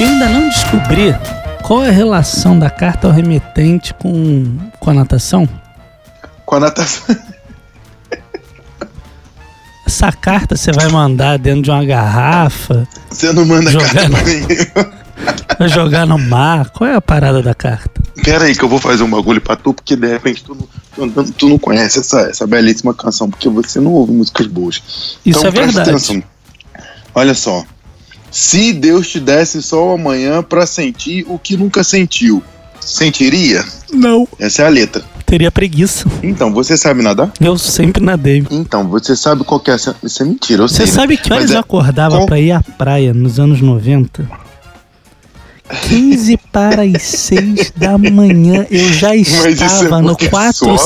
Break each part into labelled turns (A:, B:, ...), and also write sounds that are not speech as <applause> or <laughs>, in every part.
A: Eu ainda não descobri qual é a relação da carta ao remetente com, com a natação.
B: Com a natação. <laughs>
A: Essa carta você vai mandar dentro de uma garrafa,
B: Você não manda
A: Jogar
B: carta
A: não.
B: pra ninguém. <laughs>
A: vai jogar no mar. Qual é a parada da carta?
B: Pera aí que eu vou fazer um bagulho pra tu, porque de repente tu não, tu não- tu não conhece essa, essa belíssima canção, porque você não ouve músicas boas. Então,
A: Isso é
B: presta
A: verdade.
B: atenção. Olha só. Se Deus te desse sol amanhã pra sentir o que nunca sentiu, sentiria?
A: Não.
B: Essa é a letra.
A: Teria preguiça.
B: Então, você sabe nadar?
A: Eu sempre nadei.
B: Então, você sabe qual que é essa... Isso é mentira, eu
A: Você
B: sei. né?
A: sabe que horas
B: Mas é-
A: eu acordava
B: com-
A: pra ir à praia nos anos 90? 15 para as 6 da manhã eu
B: <laughs>
A: já
B: isso é
A: estava no
B: porque sua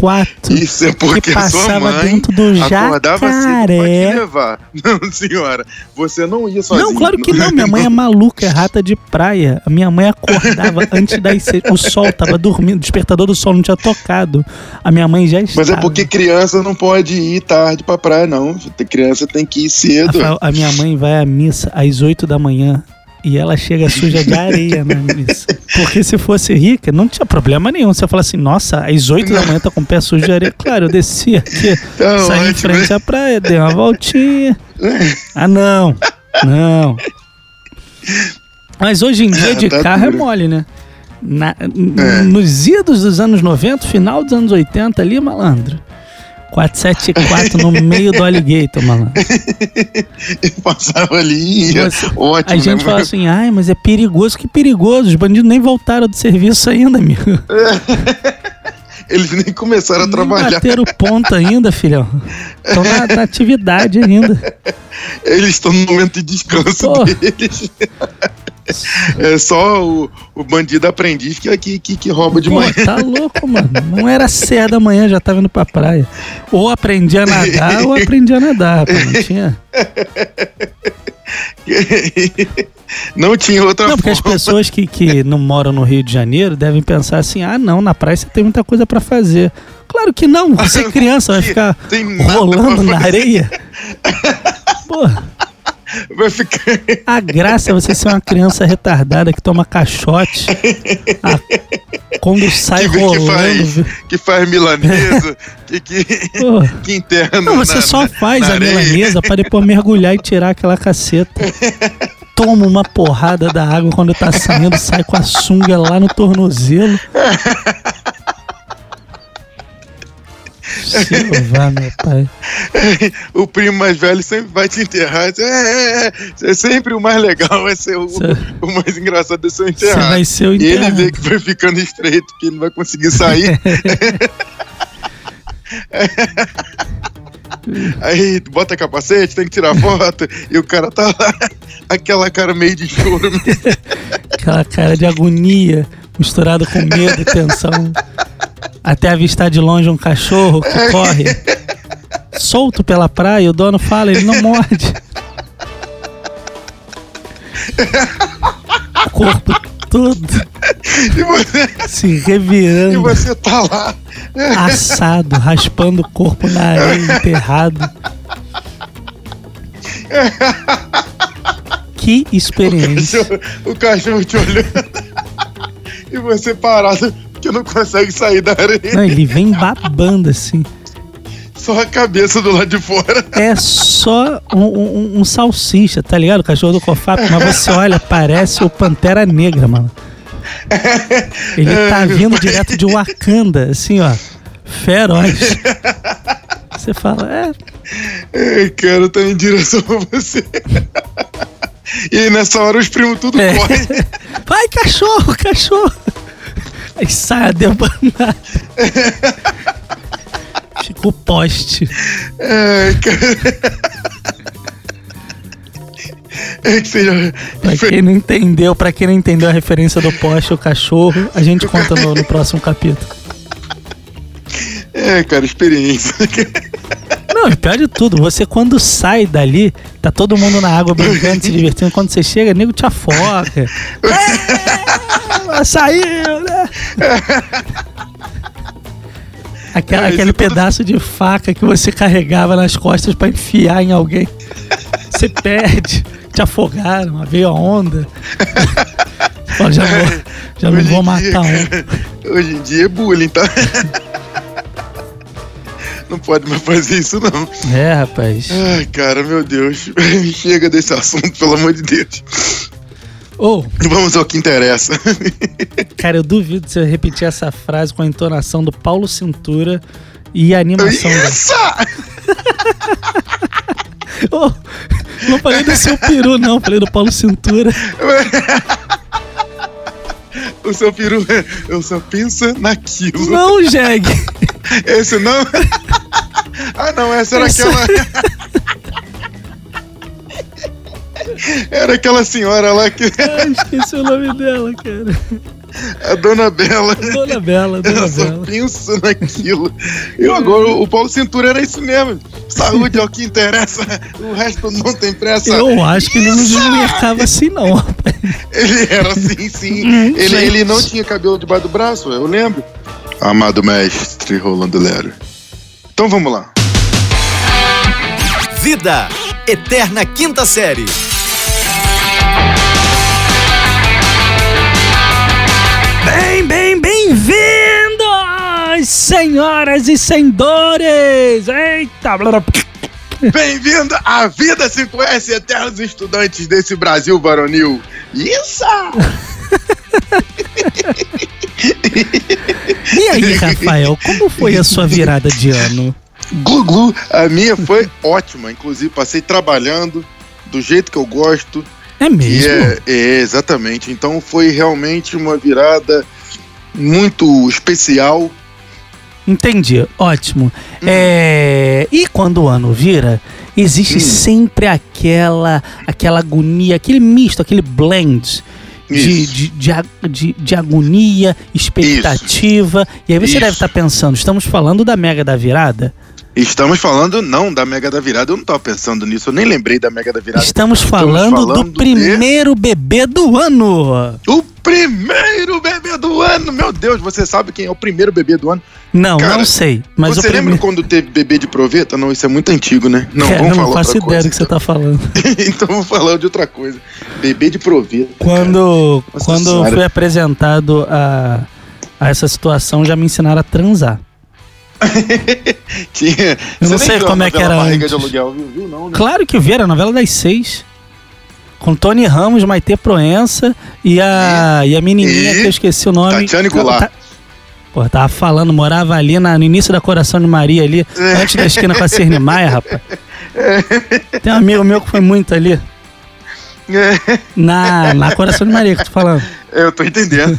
A: 474
B: Isso é
A: que
B: porque sua
A: passava
B: mãe
A: dentro do
B: acordava cedo pra te
A: jacaré.
B: levar. <laughs> Não, senhora, você não ia sozinha.
A: Não, claro que não, minha mãe é maluca, é rata de praia. A minha mãe
B: <laughs>
A: acordava antes das seis. O sol tava dormindo, o despertador do sol não tinha tocado. A minha mãe já estava.
B: Mas é porque criança não pode ir tarde pra praia, não. Criança tem que ir cedo.
A: Rafael, a minha mãe vai à missa às 8 da manhã e ela chega suja de areia na missa. Porque se fosse rica, não tinha problema nenhum. Você fala assim, nossa, às 8 da manhã tá com o pé sujo de areia. Claro, eu desci aqui,
B: Tá
A: saí em
B: ótimo,
A: frente à praia, dei uma voltinha.
B: <laughs>
A: Ah, não, não. Mas hoje em dia de
B: <laughs> Tá
A: carro é
B: duro.
A: mole, né? Na- n-
B: É.
A: Nos idos dos anos 90, final dos anos 80 ali, malandro. 474 no meio do
B: <laughs>
A: alligator, malandro.
B: Passava ali e ia.
A: Você-
B: Ótimo,
A: Aí a gente
B: né?
A: fala assim, ai, mas é perigoso, que perigoso. Os bandidos nem voltaram do serviço ainda,
B: <laughs>
A: amigo.
B: Eles nem começaram a
A: nem
B: trabalhar.
A: bateram ponto ainda, filhão. Estão na, na atividade ainda.
B: <laughs> Eles estão no momento de descanso
A: Pô.
B: deles. É só o, o bandido aprendiz que, é que, que, que rouba de
A: Pô,
B: manhã. <laughs>
A: tá louco, mano. Não era cedo da manhã, já tava indo pra praia. Ou aprendi a nadar, ou aprendi a nadar, rapaz. Não tinha...
B: Não tinha outra
A: Não, porque as
B: forma.
A: pessoas que, que não moram no Rio de Janeiro devem pensar assim, ah, não, na praia você tem muita coisa pra fazer. Claro que não, você é criança, vai ficar
B: Tem nada
A: rolando
B: pra
A: na
B: fazer.
A: areia. Porra.
B: Vai ficar.
A: A graça é você ser uma criança retardada que toma caixote. A- Quando sai
B: <laughs> Que vê que
A: rolando.
B: Que faz milanesa, que, que,
A: pô.
B: que interna.
A: Não, você
B: na-
A: só
B: na-
A: faz
B: na
A: a
B: areia.
A: milanesa pra depois mergulhar e tirar aquela caceta. Toma uma porrada da água quando tá saindo, sai com a sunga lá no
B: <laughs>
A: tornozelo. Silva, meu pai.
B: <laughs> O primo mais velho sempre vai te enterrar. É, é, é. é sempre o mais legal, vai ser o,
A: Você-
B: o mais engraçado é ser o
A: Você
B: enterrado.
A: vai ser o
B: E ele vê
A: enterrado.
B: que vai ficando estreito, que ele não vai
A: <laughs>
B: conseguir sair. Aí tu bota capacete, tem que tirar foto, e o cara tá lá, aquela cara meio de choro. <laughs>
A: Aquela cara de agonia misturada com medo e tensão. Até avistar de longe um cachorro que corre solto pela praia, o dono fala, ele não morde. O corpo todo
B: E você,
A: se
B: e
A: revirando,
B: você tá lá.
A: assado, raspando o corpo na areia, enterrado. Que experiência.
B: O cachorro te olhando. <laughs> E você parado, que não consegue sair da areia.
A: Não, ele vem babando assim.
B: Só a cabeça do lado de fora.
A: é só um, um- um salsicha, tá ligado? O cachorro do Cofap, mas você olha, parece o Pantera Negra, mano. Ele tá vindo direto de Wakanda, assim, ó. Feroz. Você fala, é,
B: Ei, cara, tá em direção a você. E aí, nessa hora, os primos tudo
A: É.
B: correm.
A: Vai, cachorro, cachorro! Aí sai a debanada. Ficou poste.
B: É, cara. É que você já...
A: Pra quem não entendeu, pra quem não entendeu a referência do poste, o cachorro, a gente conta no- no próximo capítulo.
B: É, cara, experiência.
A: Não, e pior de tudo, você quando sai dali, tá todo mundo na água brincando, se divertindo. Quando você chega, nego te afoca. É, saiu, né? Aquela-
B: É, isso
A: aquele
B: é tudo-
A: pedaço de faca que você carregava nas costas pra enfiar em alguém. Você perde, te afogaram, veio a onda. Fala, já, vou, já não
B: Hoje em
A: vou
B: dia,
A: matar um.
B: cara, Hoje em dia é bullying, tá? Não pode mais fazer isso, não.
A: É, rapaz.
B: Ai, cara, meu Deus. <laughs> Chega desse assunto, pelo amor de Deus.
A: Ô,
B: Vamos ao que
A: <laughs>
B: interessa.
A: cara, eu duvido você repetir essa frase com a entonação do Paulo Cintura e a animação dele. <laughs>
B: Isso!
A: Ô, Oh, não falei do seu peru, não. Falei do Paulo Cintura.
B: O seu peru, é, eu só penso naquilo.
A: Não, Jeg.
B: Esse
A: <laughs>
B: não? Ah, não, essa era
A: Essa-
B: aquela. Era aquela senhora lá que. <laughs>
A: Ai, Ah, esqueci o nome dela, cara.
B: A Dona Bela.
A: Dona Bela, Dona
B: Eu só
A: Bela.
B: penso naquilo. E agora o Paulo Cintura era isso mesmo. Saúde é o que interessa, o resto não tem pressa.
A: Eu acho que ele não desmercava assim, não. rapaz.
B: Ele era assim, sim.
A: Hum, <laughs>
B: ele,
A: gente.
B: ele não tinha cabelo debaixo do braço, eu lembro. Amado mestre Rolando Lero. Então
A: <laughs>
B: vamos lá.
C: Vida, Eterna Quinta Série.
A: Bem, bem, bem-vindos, senhoras e senhores. Eita, blá, blá.
B: Bem-vindo à Vida 5S, eternos estudantes desse Brasil varonil. Isso!
A: E aí, Rafael, como foi a sua virada de ano?
B: Glu, glu. A
A: <laughs>
B: minha foi ótima, inclusive passei trabalhando do jeito que eu gosto.
A: É
B: E
A: mesmo?
B: é, é, exatamente. Então foi realmente uma virada muito especial.
A: Entendi, ótimo. É, E quando o ano vira, existe
B: Hum.
A: sempre aquela aquela agonia, aquele misto, aquele blend de,
B: Isso.
A: de, de, a- de- de agonia, expectativa. E aí você
B: Isso.
A: deve estar pensando, estamos falando da mega da virada?
B: Estamos falando não da Mega da Virada. Eu não tava pensando nisso, eu nem lembrei da Mega da Virada.
A: Estamos falando,
B: falando
A: do
B: de-
A: primeiro bebê do ano!
B: O primeiro bebê do ano! Meu Deus, você sabe quem é o primeiro bebê do ano?
A: Não,
B: Cara,
A: não sei. Mas
B: você
A: o primeiro...
B: lembra quando teve bebê de proveta? Não, isso é muito antigo, né? Não,
A: Cara,
B: vamos
A: <laughs> eu não
B: falar
A: faço
B: outra
A: ideia
B: coisa.
A: do que você tá falando.
B: <laughs> então vamos falar de outra coisa. Bebê de proveta.
A: Quando,
B: Nossa
A: quando
B: Senhora.
A: fui apresentado a, a essa situação, já me ensinaram a transar.
B: Tinha...
A: Eu
B: Você
A: não
B: nem
A: sei
B: viu a
A: como é
B: novela
A: que era
B: Barriga de
A: antes.
B: aluguel, viu? Viu, não, né? <laughs>
A: Claro que eu vi, era a novela das seis. Com Tony Ramos, Maitê Proença e a, e a menininha
B: e-
A: que eu esqueci o nome.
B: Tatiane Goulart.
A: Pô, eu tava falando, morava ali na- no início da Coração de Maria, ali,
B: É.
A: antes da esquina com a Cirne Maia, rapaz. Tem um amigo meu que foi muito ali. Na, na Coração de Maria que eu tô falando.
B: É, eu tô entendendo.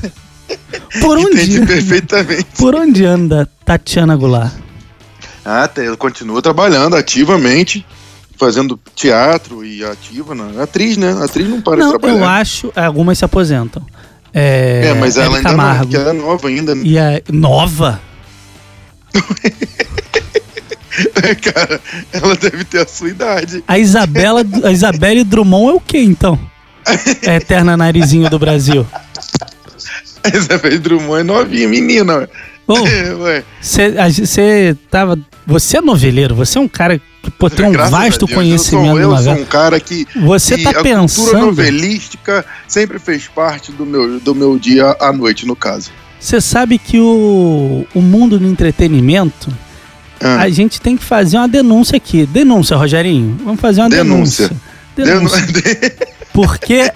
A: Por onde,
B: Entendi perfeitamente.
A: por onde anda Tatiana Goulart?
B: Ah, tá, ela continua trabalhando ativamente, fazendo teatro e ativa. Na... Atriz, né? Atriz não para
A: Não,
B: de
A: eu
B: trabalhar.
A: acho. é, Algumas se aposentam. É,
B: É, mas
A: Hebe
B: ela ainda não,
A: Camargo.
B: porque ela é nova ainda. né?
A: E a nova?
B: <laughs> Cara, ela deve ter a sua idade.
A: A Isabela, a Isabelle Drummond é o quê, então? É a eterna narizinho do Brasil.
B: A Isabel Drummond é novinha, menina. ué.
A: Ô,
B: <laughs> É, ué.
A: você tava. Você é noveleiro, você é um cara que pô, tem um
B: Graças a
A: vasto
B: Deus, né?
A: conhecimento
B: Eu
A: da
B: sou, eu sou
A: novela.
B: um cara que.
A: Você
B: que
A: tá
B: a cultura
A: pensando.
B: novelística sempre fez parte do meu, do meu dia à noite, no caso.
A: Você sabe que o, o mundo do entretenimento,
B: Ah,
A: a gente tem que fazer uma denúncia aqui. Denúncia, Rogerinho. Vamos fazer uma
B: Denúncia.
A: denúncia.
B: eu não-
A: denúncia. Porque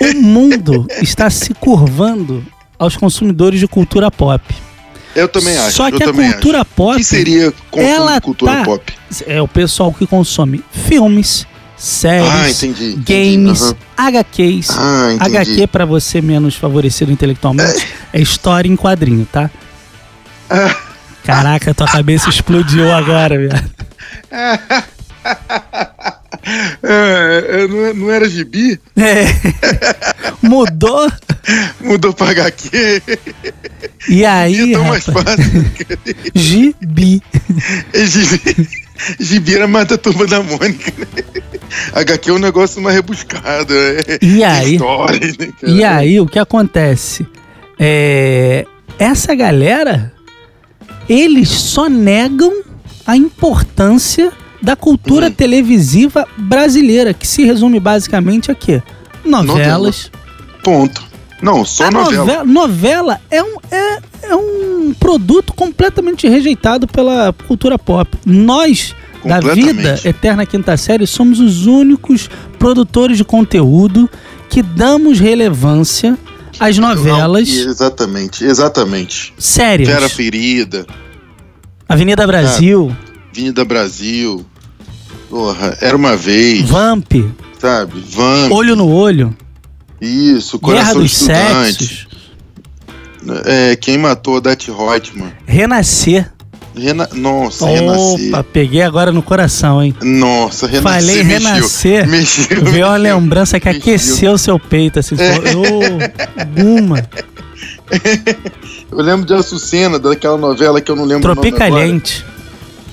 A: o mundo está se curvando aos consumidores de cultura pop.
B: <laughs> eu também acho.
A: Só que
B: eu
A: a
B: também
A: cultura
B: acho.
A: pop
B: O que seria consumo
A: ela
B: de cultura
A: tá-
B: pop?
A: é o pessoal que consome filmes,
B: Ah,
A: séries,
B: entendi. entendi,
A: games,
B: aham.
A: HQs.
B: Ah, entendi.
A: HQ pra você menos favorecido intelectualmente é história em quadrinho, tá? Caraca, tua cabeça explodiu agora, velho.
B: É, é, não, é- não era gibi? <laughs>
A: É. Mudou.
B: Mudou pra HQ?
A: E aí,
B: Ih, tão mais
A: rapaz,
B: fácil. É
A: gibi.
B: gibi, gibi era mata a turma da Mônica. né? HQ é um negócio mais rebuscado. É,
A: E aí?
B: História, né, cara?
A: E aí, o que acontece? É, essa galera, eles só negam a importância da cultura televisiva brasileira, que se resume basicamente a quê? Novelas.
B: Ponto. Não, só
A: A
B: novela.
A: novela, novela é, um, é, é um produto completamente rejeitado pela cultura pop. Nós, da
B: Completamente.
A: vida Eterna Quinta Série, somos os únicos produtores de conteúdo que damos relevância às novelas
B: Não, exatamente, exatamente.
A: sérias.
B: Fera Ferida,
A: Avenida Brasil,
B: Vinda Brasil. Porra, era uma vez,
A: Vamp,
B: sabe? Vamp,
A: Olho no Olho,
B: isso,
A: Guerra
B: Coração de
A: dos
B: Estudante.
A: Sexos,
B: É, quem matou a Dati Reutemann?
A: Renascer.
B: Rena... Nossa,
A: Opa,
B: Renascer.
A: peguei agora no coração, hein?
B: Nossa, Renascer.
A: Falei
B: mexeu.
A: Renascer.
B: <laughs> Mexeu.
A: Veio uma
B: mexeu.
A: lembrança que
B: Mexeu.
A: aqueceu seu peito, assim,
B: É.
A: falou, "Ô,
B: <laughs>
A: uma,
B: Eu lembro de Açucena, daquela novela que eu não lembro o nome agora.
A: tropicalhente.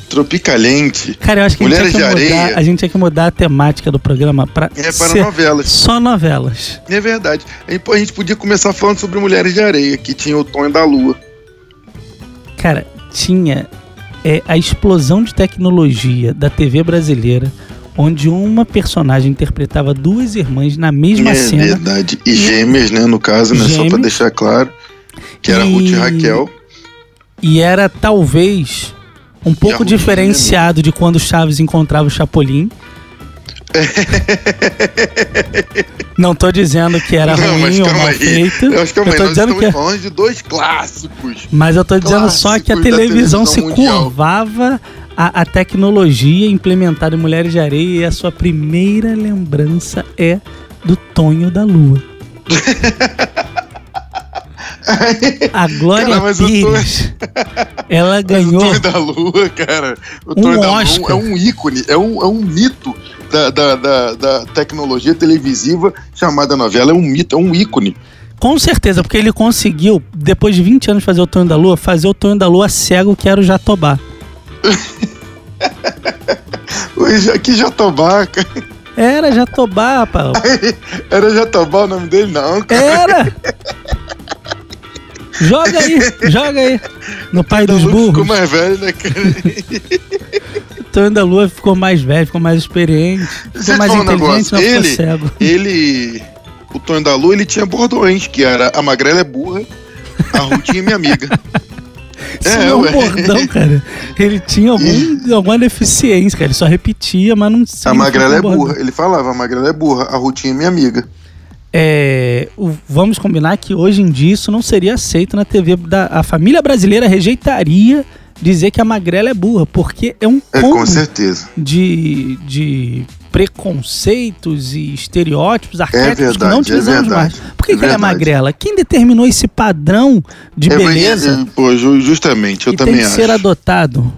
B: Tropicalente.
A: Cara, eu acho que a gente,
B: Mulheres
A: tinha que
B: de
A: mudar,
B: Areia.
A: a gente tinha que mudar a temática do programa pra
B: É para
A: ser
B: novelas.
A: só novelas.
B: É verdade. Aí, pô, A gente podia começar falando sobre Mulheres de Areia, que tinha o Tonho da Lua.
A: Cara, tinha é, a explosão de tecnologia da TV brasileira, onde uma personagem interpretava duas irmãs na mesma
B: é
A: cena.
B: verdade. E gêmeas, né, no caso, né? Só pra
A: Gêmeos.
B: deixar claro. Que era
A: E-
B: Ruth e Raquel.
A: E era talvez um pouco
B: Ruth
A: diferenciado de quando o Chaves encontrava o
B: <laughs>
A: Chapolin. não tô dizendo que era ruim ou mal feito.
B: Eu acho que calma
A: eu
B: aí,
A: tô dizendo
B: nós estamos
A: que é-
B: falando de dois clássicos.
A: Mas eu tô dizendo só que a
B: Clássicos da
A: televisão,
B: televisão
A: se
B: mundial.
A: curvava à, à tecnologia implementada em Mulheres de Areia e a sua primeira lembrança é do Tonho da
B: <laughs>
A: Lua. A Glória
B: Cara, mas eu tô-
A: Pires, ela
B: O
A: ganhou
B: Tonho da Lua, cara. O Tonho da Lua
A: Oscar.
B: é um ícone, é um, é um mito da, da, da, da tecnologia televisiva chamada novela. É um mito, é um ícone.
A: Com certeza, porque ele conseguiu, depois de 20 anos de fazer o Tonho da Lua, fazer o Tonho da Lua cego que era o Jatobá.
B: Oi, já- Que Jatobá, <laughs> cara.
A: Era Jatobá, rapaz.
B: Era Jatobá o nome dele? Não, cara.
A: Era! Joga aí, joga aí. No pai
B: O
A: dos
B: Lua ficou
A: burros,
B: mais velho, né, cara?
A: o Tonho da Lua ficou mais velho, ficou mais experiente, ficou
B: Deixa eu
A: mais
B: te falar um
A: inteligente,
B: negócio.
A: não ficou
B: Ele-
A: cego.
B: Ele, o Tonho da Lua, ele tinha bordões, que era a magrela é burra, a Rutinha é minha
A: <laughs>
B: amiga.
A: Isso não é um
B: ué.
A: bordão, cara. Ele tinha algum, alguma deficiência, cara. Ele só repetia, mas não
B: A
A: significa
B: magrela
A: um
B: é
A: bordão.
B: burra. Ele falava, a magrela é burra, a Rutinha é minha amiga.
A: É, o- vamos combinar que hoje em dia isso não seria aceito na TV. Da, a família brasileira rejeitaria dizer que a magrela é burra, porque é um
B: É, com
A: combo
B: certeza.
A: de, de preconceitos e estereótipos, arquétipos que
B: verdade,
A: não
B: é
A: utilizamos
B: verdade.
A: mais. Por que,
B: É
A: que ela é
B: verdade.
A: magrela? Quem determinou esse padrão de
B: É, mas-
A: beleza
B: é, pô, ju- justamente, eu
A: que tem
B: também
A: que
B: acho.
A: ser adotado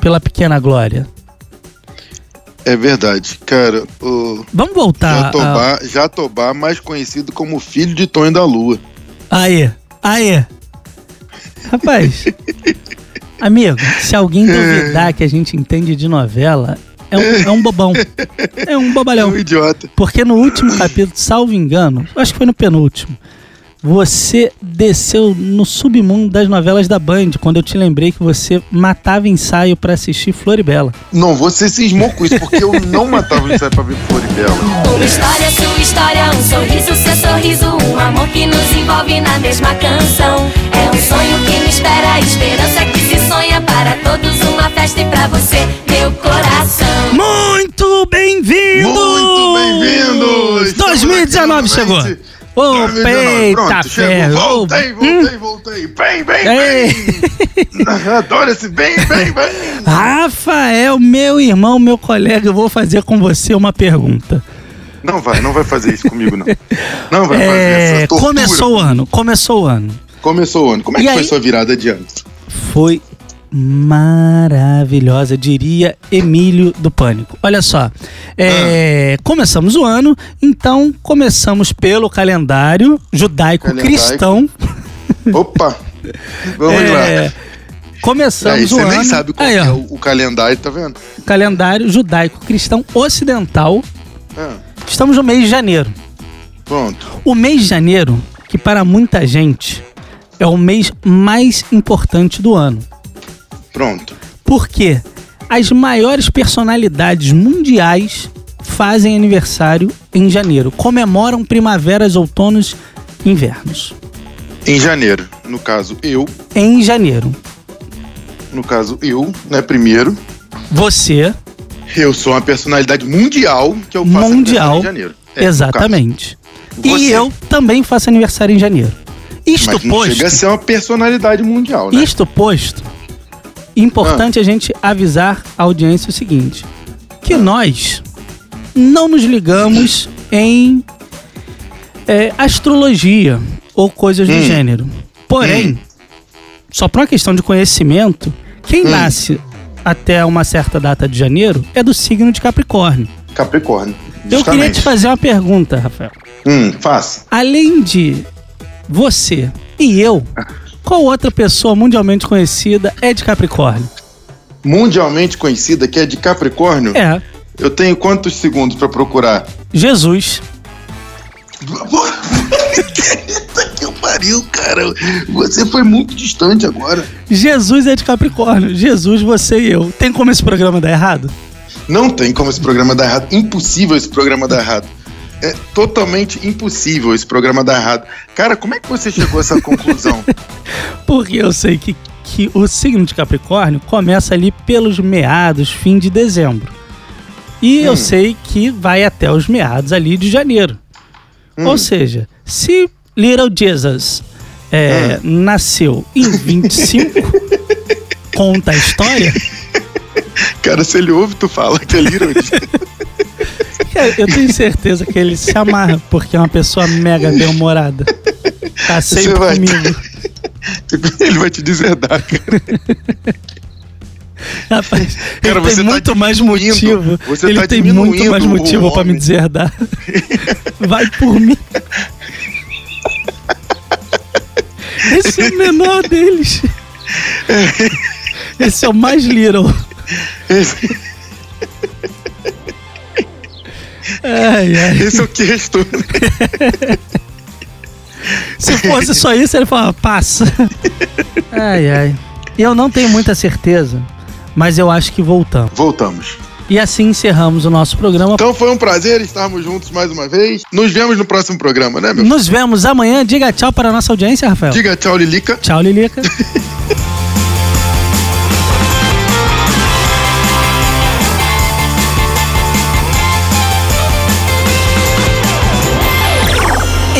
A: pela pequena Glória?
B: É verdade. Cara, o
A: Vamos voltar. a-
B: Jatobá, Jatobá, mais conhecido como filho de Tonho da Lua.
A: Aê, aê.
B: <laughs>
A: Rapaz, amigo, se alguém duvidar que a gente entende de novela, é um, é um bobão. É um
B: É
A: bobalhão.
B: um idiota.
A: Porque no último capítulo, salvo engano, eu acho que foi no penúltimo, você desceu no submundo das novelas da Band, quando eu te lembrei que você matava ensaio pra assistir Floribela.
B: Não, você cismou com isso, porque eu
A: <laughs>
B: não matava o ensaio pra ver Floribela.
D: <laughs> Uma história, sua história, um sorriso, seu sorriso, um amor que nos envolve na mesma canção. É um sonho que me espera, a esperança que se sonha para todos, uma festa e pra você, meu coração.
A: Muito bem-vindos!
B: Muito bem-vindos! Estamos
A: 2019
B: aqui
A: chegou!
B: novamente.
A: Ô,
B: 2019,
A: peita
B: Pronto, chegou.
A: ferro! Hum. É.
B: Voltei, voltei, voltei. Bem, bem,
A: <laughs>
B: bem. Adoro esse bem, bem, bem.
A: Rafael, meu irmão, meu colega, eu vou fazer com você uma pergunta.
B: Não vai, não vai fazer isso comigo, não. Não vai fazer
A: É,
B: essa tortura.
A: começou o ano, começou o ano.
B: Começou o ano. Como é
A: E
B: que foi
A: aí?
B: sua virada de ano?
A: Foi maravilhosa, diria Emílio do Pânico. Olha só,
B: Ah.
A: é, começamos o ano, então começamos pelo calendário judaico-cristão.
B: Opa. Vamos
A: É,
B: lá.
A: começamos
B: Aí,
A: o
B: É, você
A: ano.
B: nem sabe qual
A: Aí,
B: que é
A: ó,
B: o, o calendário, tá vendo?
A: calendário judaico-cristão ocidental.
B: Ah,
A: Estamos no mês de janeiro.
B: pronto.
A: O mês de janeiro, que para muita gente é o mês mais importante do ano.
B: Pronto.
A: Por quê? as maiores personalidades mundiais fazem aniversário em janeiro. Comemoram primaveras, outonos, invernos.
B: Em janeiro, no caso eu,
A: Em janeiro.
B: no caso eu, né, primeiro,
A: Você,
B: eu sou uma personalidade mundial que eu faço
A: Mundial.
B: aniversário em janeiro. É, no
A: exatamente.
B: caso.
A: E
B: Você,
A: eu também faço aniversário em janeiro. Isto
B: Mas não
A: posto.
B: chega a ser uma personalidade mundial, né?
A: Isto posto,
B: Ah.
A: importante a gente avisar a audiência o seguinte: que nós não nos ligamos em é, astrologia ou coisas do
B: Hum.
A: gênero. Porém, só por uma questão de conhecimento,
B: Hum.
A: quem nasce até uma certa data de janeiro é do signo de Capricórnio.
B: Capricórnio.
A: Eu queria
B: Justamente.
A: te fazer uma pergunta, Rafael.
B: Hum, faça.
A: Além de você e eu, qual outra pessoa mundialmente conhecida é de Capricórnio?
B: Mundialmente conhecida que é de Capricórnio.
A: É,
B: Eu tenho quantos segundos pra <laughs> procurar?
A: Jesus.
B: Puta que pariu, cara. Você foi muito distante agora.
A: Jesus é de Capricórnio. Jesus, você e eu. Tem como esse programa dar errado?
B: Não tem como esse programa dar errado. Impossível esse programa dar errado. É totalmente impossível esse programa dar errado. Cara, como é que você chegou a essa conclusão?
A: Porque eu sei que, que o signo de Capricórnio começa ali pelos meados, fim de dezembro. E eu sei que vai até os meados ali de janeiro. Ou seja, se Little Jesus é, nasceu em 25, conta a história,
B: Cara, se ele ouve, tu fala que é Little.
A: é, eu tenho certeza que ele se amarra, porque é uma pessoa mega bem-humorada. Tá sempre
B: vai-
A: comigo.
B: <laughs> Ele vai te deserdar, cara. <laughs>
A: Rapaz,
B: Cara,
A: ele
B: você
A: tem
B: tá
A: muito mais
B: diminuindo.
A: motivo.
B: Você
A: ele
B: tá
A: tem muito
B: diminuindo
A: mais
B: o
A: motivo pra me
B: homem. <laughs>
A: deserdar. Vai por mim. Esse é o menor deles. Esse é o mais little. Ai, ai.
B: Esse é o que restou.
A: Se fosse só isso, ele falava, passa. Ai, ai. Eu não tenho muita certeza, mas eu acho que voltamos.
B: Voltamos.
A: E assim encerramos o nosso programa.
B: Então foi um prazer estarmos juntos mais uma vez. Nos vemos no próximo programa, né, meu?
A: Nos vemos amanhã. Diga tchau para a nossa audiência, Rafael.
B: Diga tchau, Lilica.
A: Tchau, Lilica.